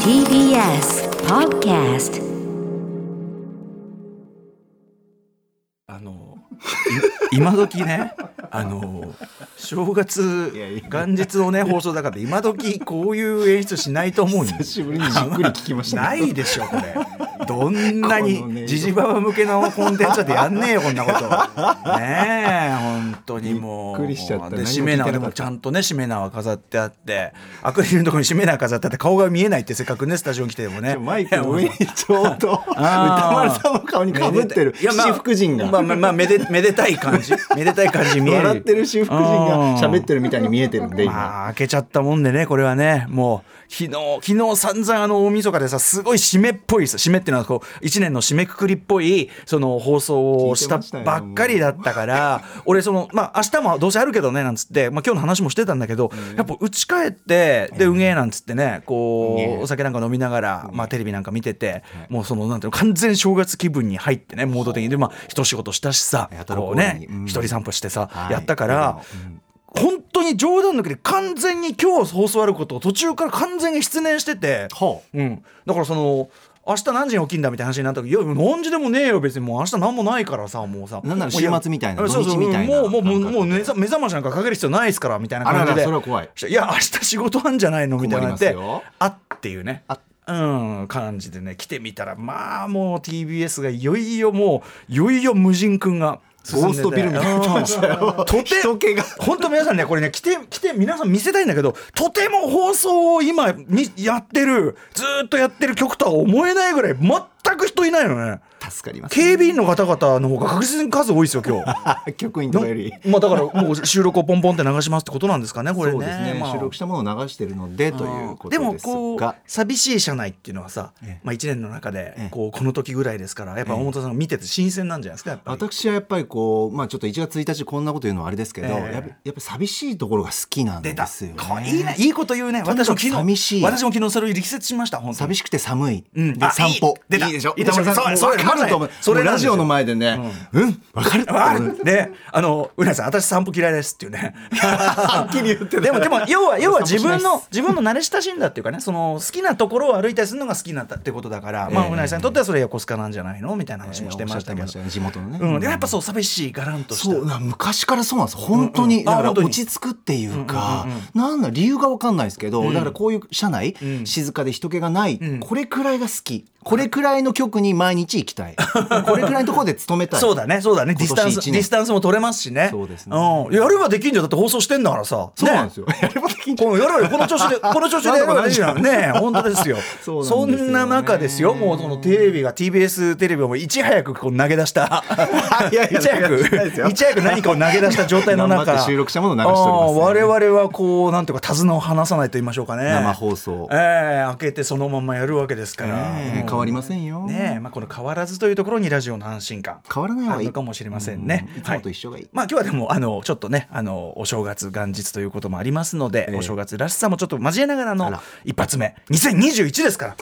TBS Podcast あのい 今時ねあの正月いやいや元日のね放送だから今時こういう演出しないと思うん久ですしぶりにじっくり聞きましたなねいでしょこれどんなこのにねジジババ向けのコンテンツだってやんねえよこんなことねえ本当にもうびっくりしちゃったで何も締め縄聞でいてなかもったちゃんとね締め縄飾ってあってアクリルのところに締め縄飾ってあって顔が見えないってせっかくねスタジオに来てもねマイクの上にちょうど歌丸さんの顔にかぶってるいやまあ私服人がまあまあ、まあ、めでめでたい感じめでたい感じに見える笑ってる私服人が喋ってるみたいに見えてるんで今まあ開けちゃったもんでねこれはねもう昨日昨日散々あの大晦日でさすごい締めっぽいさ締めっていうのはこう一年の締めくくりっぽいその放送をしたばっかりだったから俺そのまあ明日もどうせあるけどねなんつって、まあ、今日の話もしてたんだけど、やっぱ家帰ってでうげえなんつってねこうお酒なんか飲みながら、まあ、テレビなんか見てて、もうそのなんていうの完全正月気分に入ってねモード的にでまあ一仕事したしさやたらここううねにうん一人散歩してさ、はいやったから、本当に冗談抜きで完全に今日放送あることを途中から完全に失念してて、うん、だからその明日何時に起きんだみたいな話になった時いや何時でもねえよ別にもう明日何もないからさもうさなんならもうや週末みたいなあそうそう土日みたいなもうもうもう感覚もう目覚目覚ましなんかかける必要ないですからみたいな感じであららそれは怖いいや明日仕事あんじゃないのみたいになって困りますよあっていうねあうん感じでね来てみたらまあもう TBS がいよいよもういよいよ無人君が進んでてゴーストビルみたいになってましたようんとて人気が本当皆さんねこれね来て来て皆さん見せたいんだけどとても放送を今にやってるずーっとやってる曲とは思えないぐらい全く人いないのね助かります警備員の方々の方が確実に数多いですよ今 日。局員とかよりまあだからもう収録をポンポンって流しますってことなんですかねこれね。そうですねまあ収録したものを流してるのでということでもですこうが寂しい社内っていうのはさ、ええまあ、1年の中でええこうこの時ぐらいですからやっぱええ大本さん見てて新鮮なんじゃないですかやっぱり。私はやっぱりこうまあちょっと1月1日こんなこと言うのはあれですけどええやっぱやっぱり寂しいところが好きなん出でたすよねこいいねいいこと言うね私も昨日寂しい私も昨日それを力説しました本当に寂しくて寒い、うんであ散歩いい出たでしょいいでしょ歌丸さんそうもう分かると思うそうそれもうなんラですジよオの前でねうん分かるわかるであのうなさん私散歩嫌いですっていう ねはっきり言ってたでもでも要は要は自分散歩しないのです自分の慣れ親しんだっていうかねその好きなところを歩いたりするのが好きになったってことだから、まあええうなさんにとってはそれ横須賀なんじゃないのみたいな話もしてましたけどおっ、ゃってね地元のね、うん、でやっぱそう寂しいがらんとしたそうな昔からそうなんです本当うんに、うんあだから本当に落ち着くっていうか、なんだ理由が分かんないですけど、だからこういう社内、静かで人気がない、んこれくらいが好きこれくらいの局に毎日行き たいこれくらいのところで勤めたいそうだね、そうだね。ディスタンス、今年一デ年ィスタンスも取れますしね。そうですねうん。やればできんじゃん。だって放送してんだからさ。そうなんですよ。よ、やればできんじゃんこのやろうよこの調子 で、この調子でやればできんじゃん。ねえ本当ですよ。そうそなんですよねんな中ですよ、もうそのテレビが、TBS テレビをもういち早くこう投げ出した。 いやいやち早くいやいや、いち早く何かを投げ出した状態の頑張中。って収録したものを流しておりますねあー我々はこう、なんていうか、手綱を離さないと言いましょうかね。生放送ええ開けてそのままやるわけですから。ねえ変わりませんよねえまあ、この変わらずというところにラジオの安心感。変わらない方あがるいいのかもしれませんね。うんいつもと一緒がいいはまあ今日はでもあのちょっとねあのお正月元日ということもありますので、ええお正月らしさもちょっと交えながらのあら一発目2021ですから。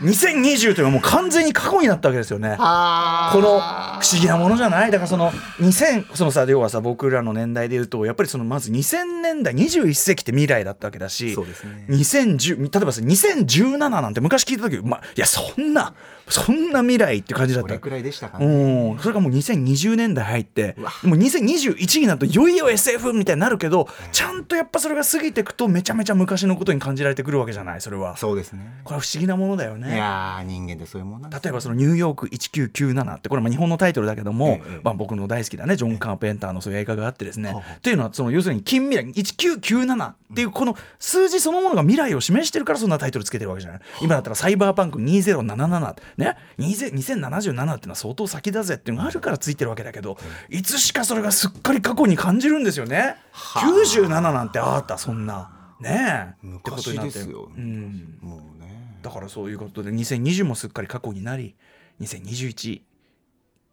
2020というのはもう完全に過去になったわけですよね。あこの不思議なものじゃないだからその2000そのさ要はさ僕らの年代でいうとやっぱりそのまず2000年代21世紀って未来だったわけだしそうですね2010例えばさ2017なんて昔聞いた時、まあ、いやそんなそんな未来って感じだっこたれくらいでしたかね、うん、それがもう2020年代入ってうわもう2021になるといよいよ SF みたいになるけどちゃんとやっぱそれが過ぎていくとめちゃめちゃ昔のことに感じられてくるわけじゃないそれはそうですねこれは不思議なものだよいね。やー人間ってそういうもんなんです例えばそのニューヨーク1997ってこれまあ日本のタイトルだけども、ええまあ、僕の大好きだねジョン・カーペンターのそういう映画があってですね。はあっていうのはその要するに近未来1997っていうこの数字そのものが未来を示してるからそんなタイトルつけてるわけじゃない今だったらサイバーパンク2077ね20 2077っていうのは相当先だぜっていうのがあるからついてるわけだけどいつしかそれがすっかり過去に感じるんですよね。97なんてあったそんなねえってことになってる昔ですようんもうねだからそういうことで2020もすっかり過去になり2021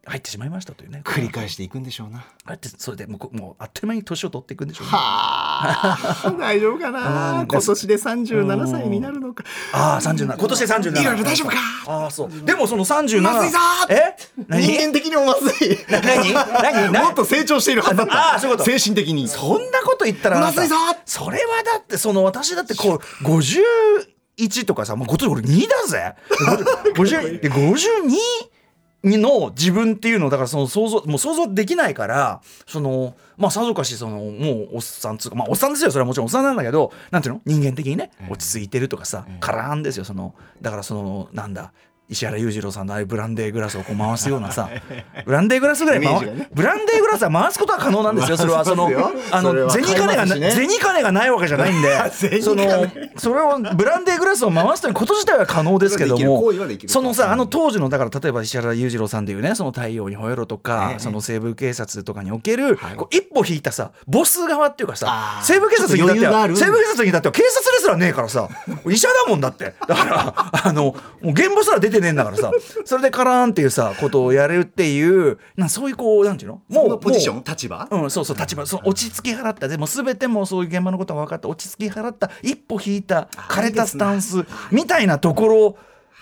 入ってしまいましたというね繰り返していくんでしょうなだってそれでもうこもうあっという間に年を取っていくんでしょうね、はあ 大丈夫かなな今今年年で37歳歳ににななるのかああ37今年で37いろいろ大丈夫かああそうでもその37まずいぞーえ人何間的にもまずい何何何もっと成長しているはずだったあそういうこと精神的にそんなこと言ったらあなたまずいぞそれはだってその私だってこう50 1とかさ、もう今年俺2だ ぜ50で 52? の自分っていうのをだからその想像もう想像できないからそのまあさぞかしそのもうおっさんつうかまあおっさんですよそれはもちろんおっさんなんだけどなんていうの人間的にねええ落ち着いてるとかさ、ええカラーンですよそのだからそのなんだ石原裕次郎さんのああいうブランデーグラスをこう回すような さブランデーグラスぐらいイメ回ージがねブランデーグラスは回すことは可能なんですよそれはその回せますよあそれのは銭金が買いまなすしね銭金がないわけじゃないんで 銭金そのそれをブランデーグラスを回すということ自体は可能ですけどできるも行為はできるそのさあの当時のだから例えば石原裕次郎さんでいうね「その太陽に吠えろ」とか、ええその西部警察とかにおける、はいこう一歩引いたさボス側っていうかさあー西部警察に至っちてょっと余裕がはある西部警察に至っては警察ですらねえからさ医者だもんだってだからあのもう現場すら出てねえんだからさそれでカラーンっていうさことをやるっていうなんそういうこうなんていうのそのポジシもョン立場うん、そうそう立場その落ち着き払ったでも全てもうそういう現場のことが分かった落ち着き払った一歩引いた枯れたスタンスみたいなところ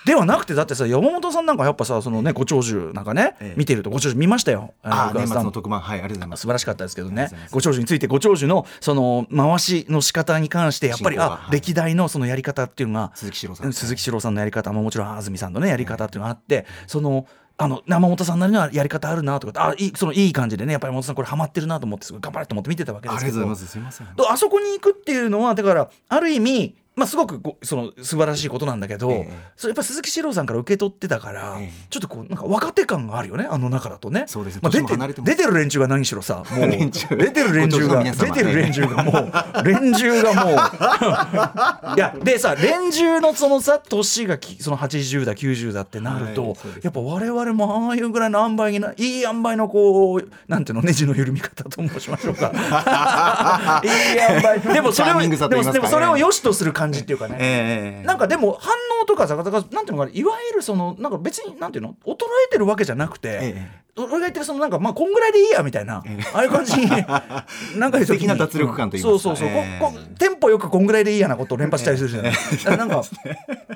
ではなくてだってさ山本さんなんかやっぱさそのねご長寿なんかね、ええ見てるとご長寿見ましたよあのー年末さんの特番はいありがとうござい素晴らしかったですけどねありがとうございますご長寿についてご長寿のその回しの仕方に関してやっぱり進行があ、はい歴代のそのやり方っていうのが鈴木史郎さんうん鈴木史郎さんのやり方ももちろん安住さんのねやり方っていうのがあってそのあの山本さんなりのやり方あるなとかあいいそのいい感じでねやっぱり山本さんこれハマってるなと思ってすごい頑張れと思って見てたわけでますすありけがとうどございますすいませんとあそこに行くっていうのはだからある意味まあ、すごくごその素晴らしいことなんだけど、ええそれやっぱ鈴木史郎さんから受け取ってたから、ええちょっとこうなんか若手感があるよねあの中だとねそうですねまあ、出年もて離れてます出てる連中が何しろさもう連中出てる連中ごが長寿の皆出様てる連中がもう連中がもういやでさ連中のそのさ年がきその80だ90だってなると、はいそうですやっぱ我々もああいうぐらいの塩梅にないい塩梅のこうなんていうのネジの緩み方と申しましょうかいい塩梅でもそれチャーをミングさとで言いもますかでもそれえをえ良しとする感じっていうかね、ええなんかでも反応とかさだからなんていうのかないわゆるそのなんか別になんていうの衰えてるわけじゃなくて、ええ俺が言ってるそのなんかまあこんぐらいでいいやみたいな、ああいう感じになんかいう時に的な脱力感といいますかうんそうそうそう、ええここテンポよくこんぐらいでいいやなことを連発したりするじゃない、なん か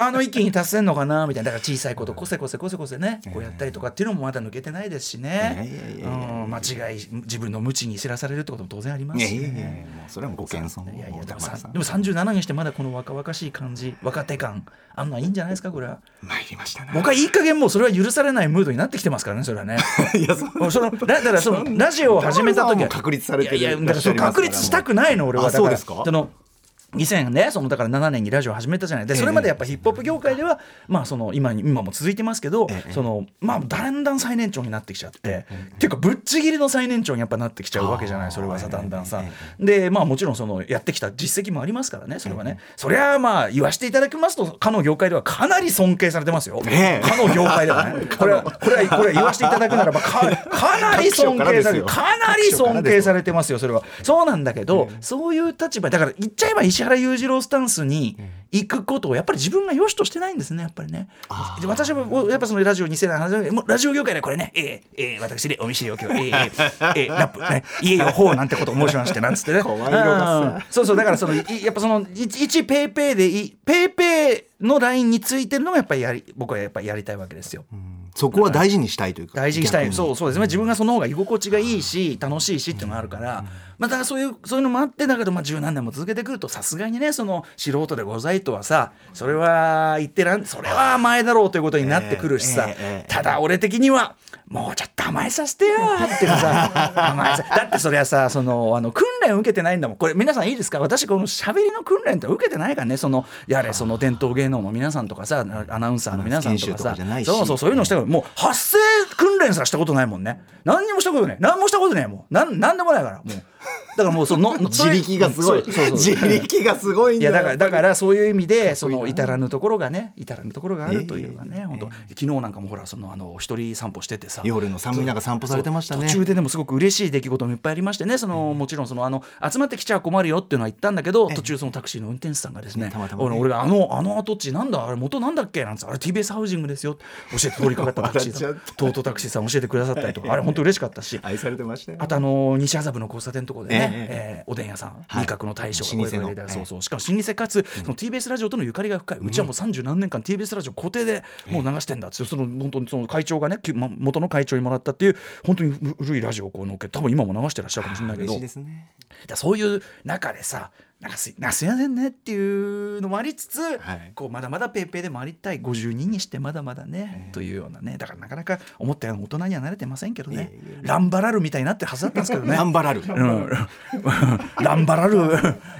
あの域に達せんのかなみたいなだから小さいことこせこせこせこせねこうやったりとかっていうのもまだ抜けてないですしねいやいやいやいやうん間違い自分の無知に知らされるってことも当然ありまいすやしいやいやね。もうそれはもうご謙遜いやいやでも歌丸ささんでも37にしてまだこの若々しい感じ若手感あんのはいいんじゃないですかこれは参りましたね僕はいい加減もうそれは許されないムードになってきてますからねそれは ねいやそうそのラだからそのラジオを始めた歌時丸さんはもはう確立されてるいやいやだからその確立したくないの俺はだあからそうですかその2000ねそのだから7年にラジオ始めたじゃないでそれまでやっぱヒップホップ業界では、まあその今に今も続いてますけど、ええそのまあだんだん最年長になってきちゃって、っていうかぶっちぎりの最年長にやっぱなってきちゃうわけじゃなあいーそれはさだんだんさえ、でまあもちろんそのやってきた実績もありますからねそれはね、そりゃあまあ言わせていただきますとかの業界ではかなり尊敬されてますよ、ええかの業界ではね これはこれはこれは言わせていただくならばかかなり尊敬されてる各所かなり尊敬されてますよそれはそうなんだけど、そういう立場だから言っちゃえば石原裕次郎スタンスに行くことをやっぱり自分が良しとしてないんですねやっぱりねあー私もやっぱそのラジオ2000年もうラジオ業界でこれねええええ私でお見知りおきをええええええラップね家よほうなんてことを申しましてなんつってね怖い色がさうんそうそうだからそのいやっぱそのい一ペイペイでいペイペイのラインについてるのがやっぱりやり僕はやっぱりやりたいわけですよそこは大事にしたいというか大事にしたいうそうそうですね自分がその方が居心地がいいし楽しいしっていうのがあるから、まあ、だからそういうそういうのもあってだけどまあ十何年も続けてくるとさすがにねその素人でございとはさそれは言ってらんそれは前だろうということになってくるしさ、ええええただ俺的にはもうちょっと甘えさせてよっていうかさ 甘えさだってそれはさそのあの訓練受けてないんだもんこれ皆さんいいですか私この喋りの訓練って受けてないからねそのやれその伝統芸能の皆さんとかさアナウンサーの皆さんとか研修とかさじゃないしそうそうそういうのしたこともう発声訓練すらしたことないもんね何にもしたことない何もしたことないもうなん何でもないからもうだからもうその 自力がすごいそうそうそう自力がすごいんいだやよだからだからそういう意味でそのな至らぬところがね至らぬところがあるというかね、本当昨日なんかもほらそのあの一人散歩しててさ夜の寒い中散歩されてましたね途中ででもすごく嬉しい出来事もいっぱいありましてねその、もちろんそのあの集まってきちゃ困るよっていうのは言ったんだけど途中そのタクシーの運転手さんがですねねたまたまね俺俺があのあの跡地なんだあれ元なんだっけなんつってあれ TBS ハウジングですよって教えて通りかかったタクシーさん笑っちゃったとうとうタクシーさん教えてくださったりとかあれ本当嬉しかったし愛されてましたよあとあの西麻布の交差点のところでね、えええーおでん屋さん、はい味覚の大将が老声舗をかのけてたええそうそうしかも老舗かつその TBS ラジオとのゆかりが深いうちはもう三十何年間 TBS ラジオ固定でもう流してんだっつってその本当にその会長がねきま元の会長にもらったっていう本当に古いラジオをこう乗っけて多分今も流してらっしゃるかもしれないけど嬉しいだかですねらそういう中でさなんかすいなんかすいませんねっていうのもありつつ、はいこうまだまだペイペイでもありたい52にしてまだまだね、ええというようなねだからなかなか思ったような大人にはなれてませんけどね、いえいえランバラルみたいになってるはずだったんですけどね。頑張らる。うん、ランバラ ル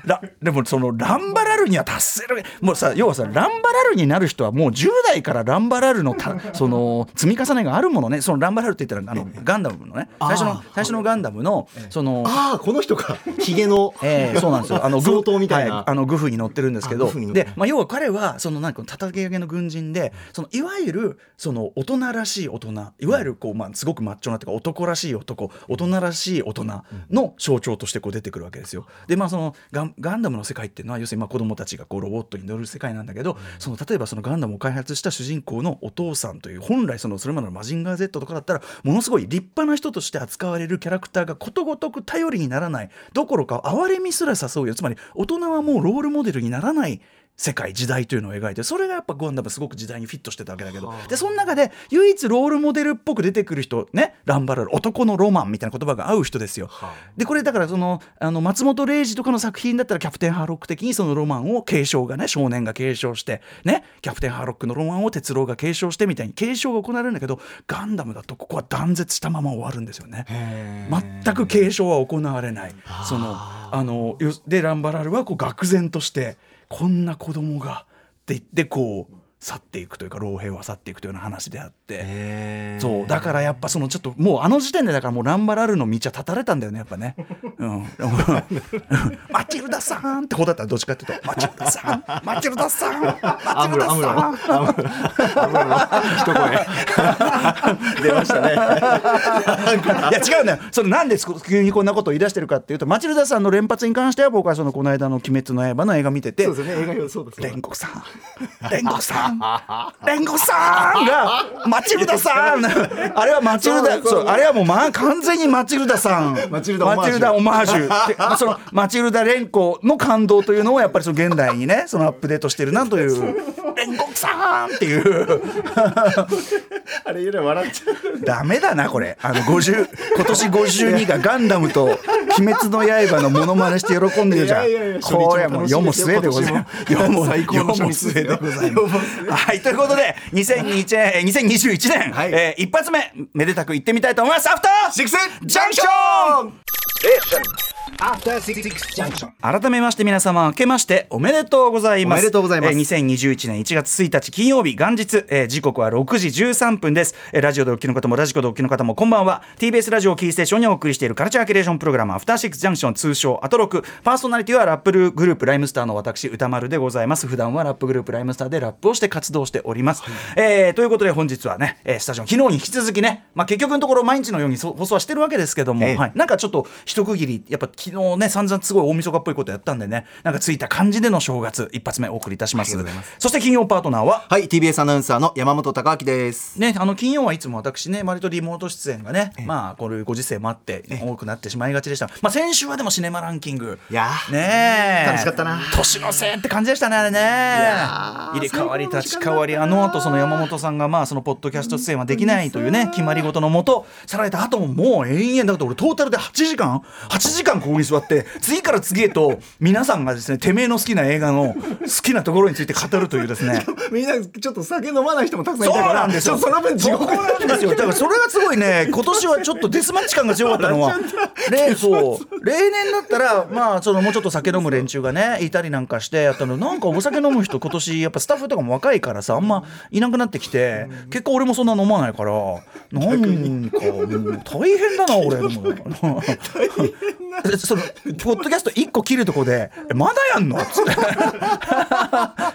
ラでもそのランバラルには達せるもうさ要はさランバラルになる人はもう10代からランバラルの たその積み重ねがあるものねそのランバラルって言ったらあのガンダムのね最初のあー最初のガンダムのそのああ、この人か。ヒゲの。ええそうなんですよ。あの、 相当みたいなはあの、グフに乗ってるんですけあどグフに乗。ってで、まあ、要は彼は、その、なんか、叩き上げの軍人で、その、いわゆる、その、大人らしい大人。いわゆる、こう、まあ、すごくマッチョなというか、男らしい男、大人らしい大人の象徴として、こう、出てくるわけですよ。で、まあ、その、ガン、ガンダムの世界っていうのは、要するに、まあ、子供たちが、こう、ロボットに乗る世界なんだけど。その、例えば、その、ガンダムを開発した主人公のお父さんという、本来、その、それまでのマジンガー Z とかだったら、ものすごい立派な人として扱われるキャラクターが、ことごとく頼りにならない。どころか、哀れみすら誘うよ。つまり、大人はもうロールモデルにならない。世界時代というのを描いてそれがやっぱガンダムすごく時代にフィットしてたわけだけどでその中で唯一ロールモデルっぽく出てくる人ねランバラル男のロマンみたいな言葉が合う人ですよはあでこれだからそのあの松本零士とかの作品だったらキャプテンハーロック的にそのロマンを継承がね少年が継承してねキャプテンハーロックのロマンを哲郎が継承してみたいに継承が行われるんだけどガンダムだとここは断絶したまま終わるんですよね。へー全く継承は行われないそのあのよでランバラルはこう愕然としてこんな子供がって言ってこう去っていくというか老兵は去っていくというような話であって。へーそうだからやっぱそのちょっともうあの時点でだからもうランバラルの道は断たれたんだよねやっぱね、 うん、マチルダさんって方だったらどっちかっていうとマチルダさんマチルダさんマアチルムロ、ダアムロ。さアんムロ。アムロの一声。 出 ましたね。いや違うんだよそれなんで急にこんなことを言い出してるかっていうとマチルダさんの連発に関しては僕はそのこの間の「鬼滅の刃」の映画見てて そうですね。映画表、そうです。煉獄さん煉獄さ ん煉獄さんがマチルダさんあれはマチルダそうあれはもう、ま、完全にマチルダさんマチルダオママージュチルダオマージュでまあそのマチルダ連呼の感動というのをやっぱりその現代にねそのアップデートしてるなという 煉獄さんっていう あれ、ゆら笑っちゃう。ダメだなこれあの50今年52がガンダムと「鬼滅の刃」のモノマネして喜んでるじゃんいやいやいや初日もこれはもう世も末でございます世今年もも最高の世も初日末でですよございますはいということで2021えー2021年、はいえー一発目めでたく行ってみたいと思いますアフターシックスジャンクション After Six Junction. 改めまして皆様明けましておめでとうございますおめでとうございますえー2021年1月1日金曜日元日、えー時刻は6時13分です、えーラジオでお聞きの方もラジコでお聞きの方もこんばんは TBS ラジオをキーステーションにお送りしているカルチャーキュレーションプログラムアフターシックスジャンクション通称アトロクパーソナリティはラップルグループライムスターの私歌丸でございます普段はラップグループライムスターでラップをして活動しております、えーということで本日はね、えースタジオ昨日に引き続きね、まあ、結局のところ毎日のようにそ放送はしてるわけですけども、ええはいなんかちょっと一区切りやっぱ昨日ね散々すごい大晦日っぽいことやったんでねなんかついた感じでの正月一発目お送りいたしますありがとうございそして金曜パートナーははい、TBS アナウンサーの山本隆明です。ね、あの金曜はいつも私ね割とリモート出演がね、まあこれご時世もあって多くなってしまいがちでした、まあ、先週はでもシネマランキングいやーねえ楽しかったな年のせいって感じでしたねあれね入れ替わりやー最後の時間だったな立ち替わりあの後その山本さんがまあそのポッドキャスト出演はできないというね決まり事のもとさられた後ももう延々だって俺トータルで8時間8時間ここに座って次から次へと皆さんがですねてめえの好きな映画の好きなところについて語るというですねみんな、ちょっと酒飲まない人もたくさんいそうたから。なんですよ。ちょっとその分地獄そうなんですよ。だからそれがすごいね、今年はちょっとデスマッチ感が強か ったのは、例そう例年だったらまあそのもうちょっと酒飲む連中がねいたりなんかしてやったのなんかお酒飲む人今年やっぱスタッフとかも若いからさあんまいなくなってきて、結構俺もそんな飲まないから、なんかもう大変だな俺も。 でそのポッドキャスト1個切るとこで「えまだやんの?」っつって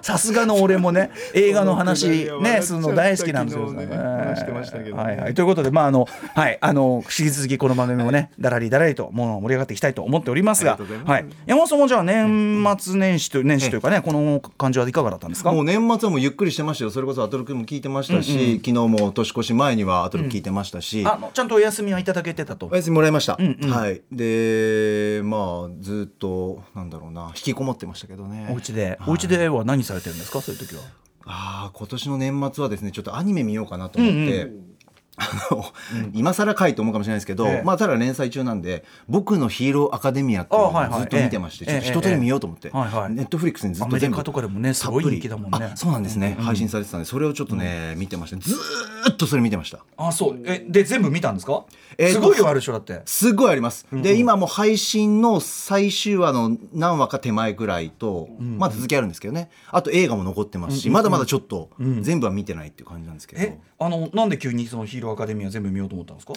さすがの俺もね映画の話ねするの大好きなんですよ。昨日ね話してましたけどねはいはい、ということでまああのはいあの引き続きこの番組もねだらりだらりとものを盛り上がっていきたいと思っておりますがありがとうございまはすい、山本さんもじゃあ年末年始という年始というかねこの感じはいかがだったんですかもう年末はもうゆっくりしてましたよ。それこそアトルクも聞いてましたし、昨日も年越し前にはアトルク聞いてましたし。あのちゃんとお休みはいただけてたとお。休みもらいました、はいでまあずっとなんだろうな引きこもってましたけどねお家で、お家では何されてるんですかそういう時は。ああ今年の年末はですねちょっとアニメ見ようかなと思って、あの今更かいと思うかもしれないですけど、ええまあただ連載中なんで「僕のヒーローアカデミア」っていうあはいのはいをずっと見てまして、ええちょっと一通り見ようと思って、ええはいはいネットフリックスにずっアとメ全リ部カとかでもねすごい人気だもんねあそうなんですね、配信されてたんでそれをちょっとね、見てましたずーっとそれ見てましたあそうえで全部見たんですか、えーとすごいよあるでしょだってすごいあります、で今もう配信の最終話の何話か手前ぐらいと、まだ続きあるんですけどねあと映画も残ってますし、まだまだちょっと、全部は見てないっていう感じなんですけど、えあのなんで急にそのヒーローアカデミア全部見ようと思ったんですか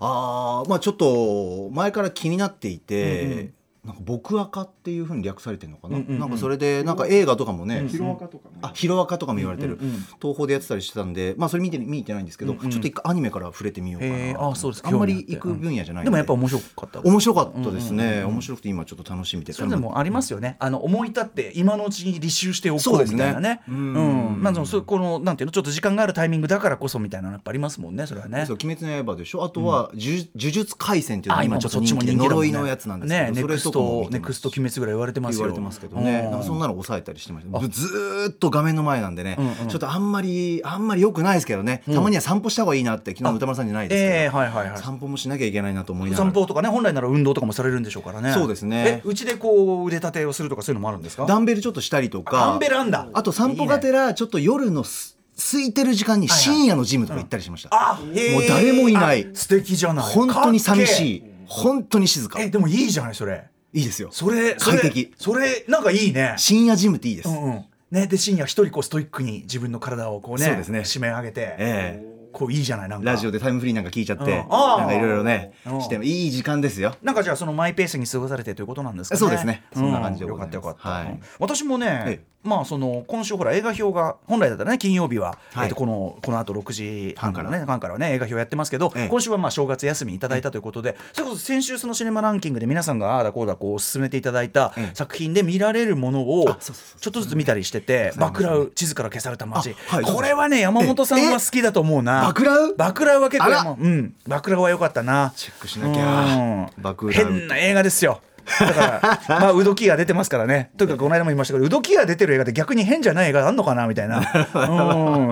あーまあちょっと前から気になっていて、なんか僕赤っていうふうに略されてるのかな、うんうんうんなんかそれでなんか映画とかもね、ヒロアカとかねあヒロアカとかも言われてる、うんうんうん東宝でやってたりしてたんでまあそれ見て見てないんですけど、うんうんちょっと一回アニメから触れてみようかなと思っへてーあそうですあんまり興味あ行ってく分野じゃないんでもやっぱ面白かった面白かったですね、うんうんうん面白くて今ちょっと楽しみでそれでもありますよね、あの思い立って今のうちに履修しておこそううでみすねたいなねうんうんまあそのそうこのなんていうのちょっと時間があるタイミングだからこそみたいなのやっぱありますもんねそれはねそう鬼滅の刃でしょあとは、呪呪術廻戦っていうのが今ちょっとあ人気でだもんね呪いのやつなんですけど、ねネそクれスとかトも見てますネクスト鬼滅ぐらい言われてます言よわれてますけどね、うんなんかそんなの抑えたりしてましたずーっと画面の前なんでね、うんうんちょっとあんまりあんまり良くないですけどね、たまには散歩した方がいいなって昨日の歌丸さんじゃないですけど、ええはいはいはい散歩もしなきゃいけないなと思いながら散歩とかね本来なら運動とかもされるんでしょうからねそうですえねうちでこう腕立てをするとかそういうのもあるんですかダンベルちょっとしたりとかダンベルあんだあと散歩がてらちょっと夜のす空いてる時間に深夜のジムとか行ったりしました、あへーもう誰もいないあ素敵じゃない本当に寂しかっい本当に静かけーえいでもいいじゃないそれいですよそれそれ快適それなんかいいね深夜ジムっていいです、うんうんね、で深夜一人こうストイックに自分の体をこうねそうですね締め上げて、ええこういいじゃないなんかラジオでタイムフリーなんか聞いちゃって、うんあーなんかいろいろねうんしていい時間ですよなんかじゃあそのマイペースに過ごされてということなんですかね。そうですねそんな感じでうんごよかっざいますたよかった。はいうん私もね、えまあその今週ほら映画表が本来だったらね金曜日は、はいえっとこのこの後6時半から半ね半からはね映画表やってますけど、ええ今週はまあ正月休みいただいたということで、それこそ先週そのシネマランキングで皆さんがああだこうだこう進めていただいたええ作品で見られるものをそうそうそうちょっとずつ見たりしてて、バクラウ地図から消された街、あはいこれはね山本さんは好きだと思うな。バクラウバクラウは結構あらもううんバクラウは良かったな。チェックしなきゃうんバクラウ変な映画ですよだからま あウドキーが出てますからねというかこの間も言いましたけどウドキーが出てる映画って逆に変じゃない映画あんのかなみたいなうん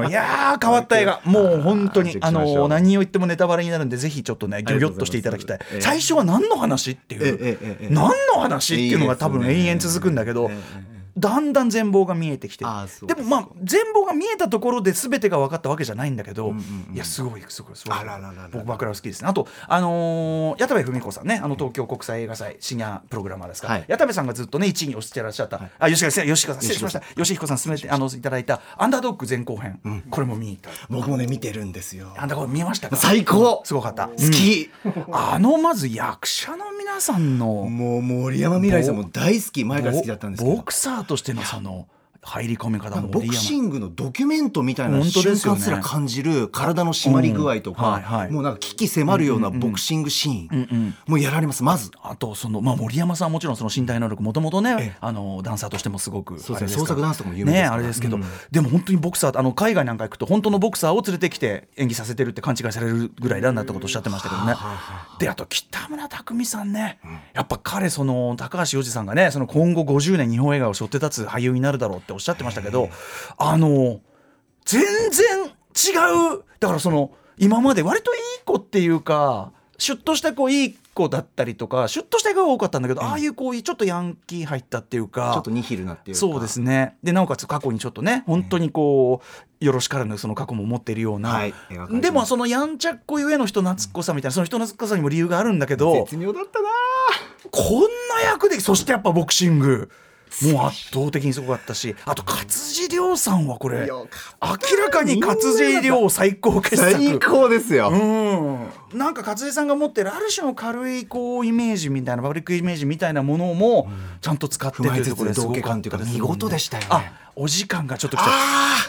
いやー変わった映 画もう本当にチェックあしましょうの何を言ってもネタバレになるんでぜひちょっとねギョギョッとしていただきたいありがとうござい最ま初は何の話ってえいええええうえ何の話っていうのが多分いいですね延々続くんだけどえええだんだん全貌が見えてきてああそうでですもかまあ全貌が見えたところで全てが分かったわけじゃないんだけどいやすごいすごいすごいあらららら僕バクラウ好きですねあとあのー矢田部文子さんねあの東京国際映画祭シニアプログラマーですから、はい矢田部さんがずっとね1位に推してらっしゃった、あ吉川さん吉川さん失礼しました吉彦さん勧めてあのいただいたアンダードッグ前後編、これも見に行った僕もね見てるんですよアンダードッグ見えましたか最高すごかった好好、き、あのまず役者の皆さんのもう森山未来さんも大好き前から好きだったんですけボどボクサーとしてのその入り込み方なんもかボクシングのドキュメントみたいな本当瞬ですよね間すら感じる体の締まり具合とうんはいはかいもうなんか危機迫るようなボクシングシーンもうやられますまずあとその、まあ、森山さんはもちろんその身体能力もともとえねえあのダンサーとしてもすごくそうあれですねから創作ダンスとかも有名でねすからあれですけど、でも本当にボクサーあの海外なんか行くと本当のボクサーを連れてきて演技させてるって勘違いされるぐらいなんだってことをおっしゃってましたけどね。であと北村匠海さんね、やっぱ彼その高橋洋次さんがねその今後50年日本映画を背負って立つ俳優になるだろうっておっしゃってましたけどあの全然違うだからその今まで割といい子っていうかシュッとしたこういい子だったりとかシュッとした子が多かったんだけど、ああいうこういうちょっとヤンキー入ったっていうかちょっとニヒルなっていうかそうですねでなおかつ過去にちょっとね本当にこうよろしからぬその過去も持っているような、はい描かれてますでもそのやんちゃっこゆえの人懐っこさみたいなその人懐っこさにも理由があるんだけど絶妙だったなこんな役でそしてやっぱボクシングもう圧倒的にすごかったしあと勝地涼さんはこれ明よからかに勝地涼最高傑作最高ですようん、なんか勝地さんが持ってるある種の軽いこうイメージみたいなパブリックイメージみたいなものもちゃんと使って踏とまいえうつところつです同ご化かっ感というたかです見事でしたよあねお時間がちょっと来ちゃっ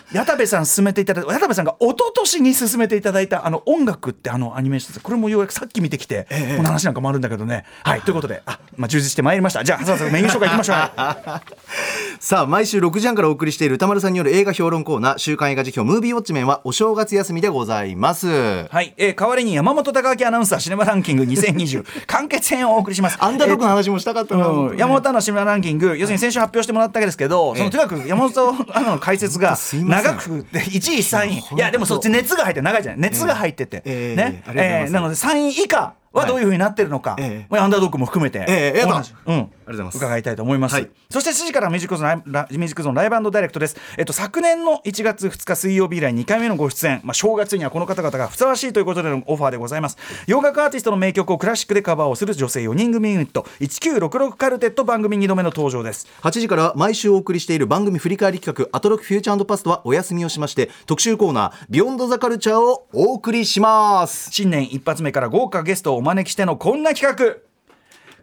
た矢田部さん進めていただいた矢田部さんが一昨年に進めていただいたあの音楽ってあのアニメーションですこれもようやくさっき見てきて、この話なんかもあるんだけどねはいということであ、まあ、充実してまいりましたじゃあ長谷川さんメニュー紹介いきましょうさあ毎週6時半からお送りしている歌丸さんによる映画評論コーナー週刊映画辞表ムービーウォッチメンはお正月休みでございますはい、えー代わりに山本貴明アナウンサーシネマランキング2020完結編をお送りしますアンダードックの話もしたかったな本当うんに山本アナのシネマランキング、要するに先週発表してもらったわけですけど、そのとにかく山本とあの解説が すいません長くて1位3位いやでもそっち熱が入って長いじゃない熱が入ってて、ええねええありがとうございますなので3位以下はどういうふうになってるのか、ええまあアンダードックも含めて、ええやったお話うん、ありがとうございます伺いたいと思います、はいそして7時からミュージックゾーンライミュージックゾーンライブダイレクトです、えっと、昨年の1月2日水曜日以来2回目のご出演、まあ、正月にはこの方々がふさわしいということでのオファーでございます洋楽アーティストの名曲をクラシックでカバーをする女性4人組ユニット1966カルテット番組2度目の登場です8時から毎週お送りしている番組振り返り企画「アトロックフューチャーパスト」はお休みをしまして特集コーナー「ビヨンドザカルチャーをお送りします新年一発目から豪華ゲストをお招きしてのこんな企画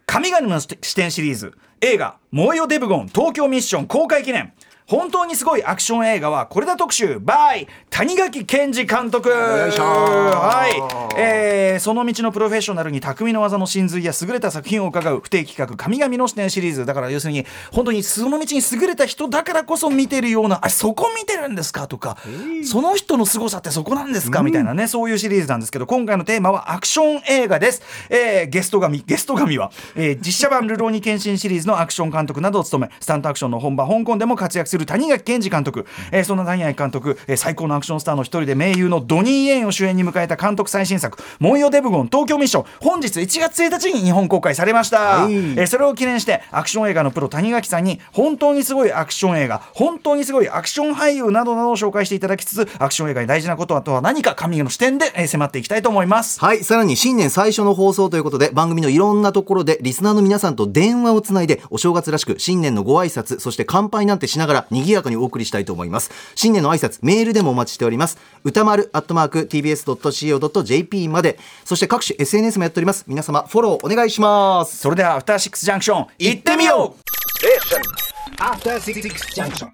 神々の視点シリーズ映画「燃えよデブゴン東京ミッション」公開記念本当にすごいアクション映画はこれだ特集 by 谷垣健二監督いしょーはい、えーその道のプロフェッショナルに匠の技の真髄や優れた作品を伺う不定企画神々の視点シリーズだから要するに本当にその道に優れた人だからこそ見てるようなあそこ見てるんですかとか、その人の凄さってそこなんですかみたいなねそういうシリーズなんですけど今回のテーマはアクション映画です、えーゲスト神ゲスト神は、えー実写版「ルローニケンシン」シリーズのアクション監督などを務めスタントアクションの本場香港でも活躍する谷垣健二監督、えーそんな谷垣監督、えー最高のアクションスターの一人で名優のドニー・イエンを主演に迎えた監督最新作「モンヨデブゴン東京ミッション」本日1月1日に日本公開されました、いえーそれを記念してアクション映画のプロ谷垣さんに本当にすごいアクション映画本当にすごいアクション俳優などなどを紹介していただきつつアクション映画に大事なことはとは何か神の視点で、えー迫っていきたいと思いますはいさらに新年最初の放送ということで番組のいろんなところでリスナーの皆さんと電話をつないでお正月らしく新年のご挨拶そして乾杯なんてしながら賑やかにお送りしたいと思います新年の挨拶メールでもお待ちしております歌丸アットマーク TBS.CO.jp までそして各種 SNS もやっております皆様フォローお願いしますそれではアフターシックスジャンクション行ってみよう Listen. After Six Junction.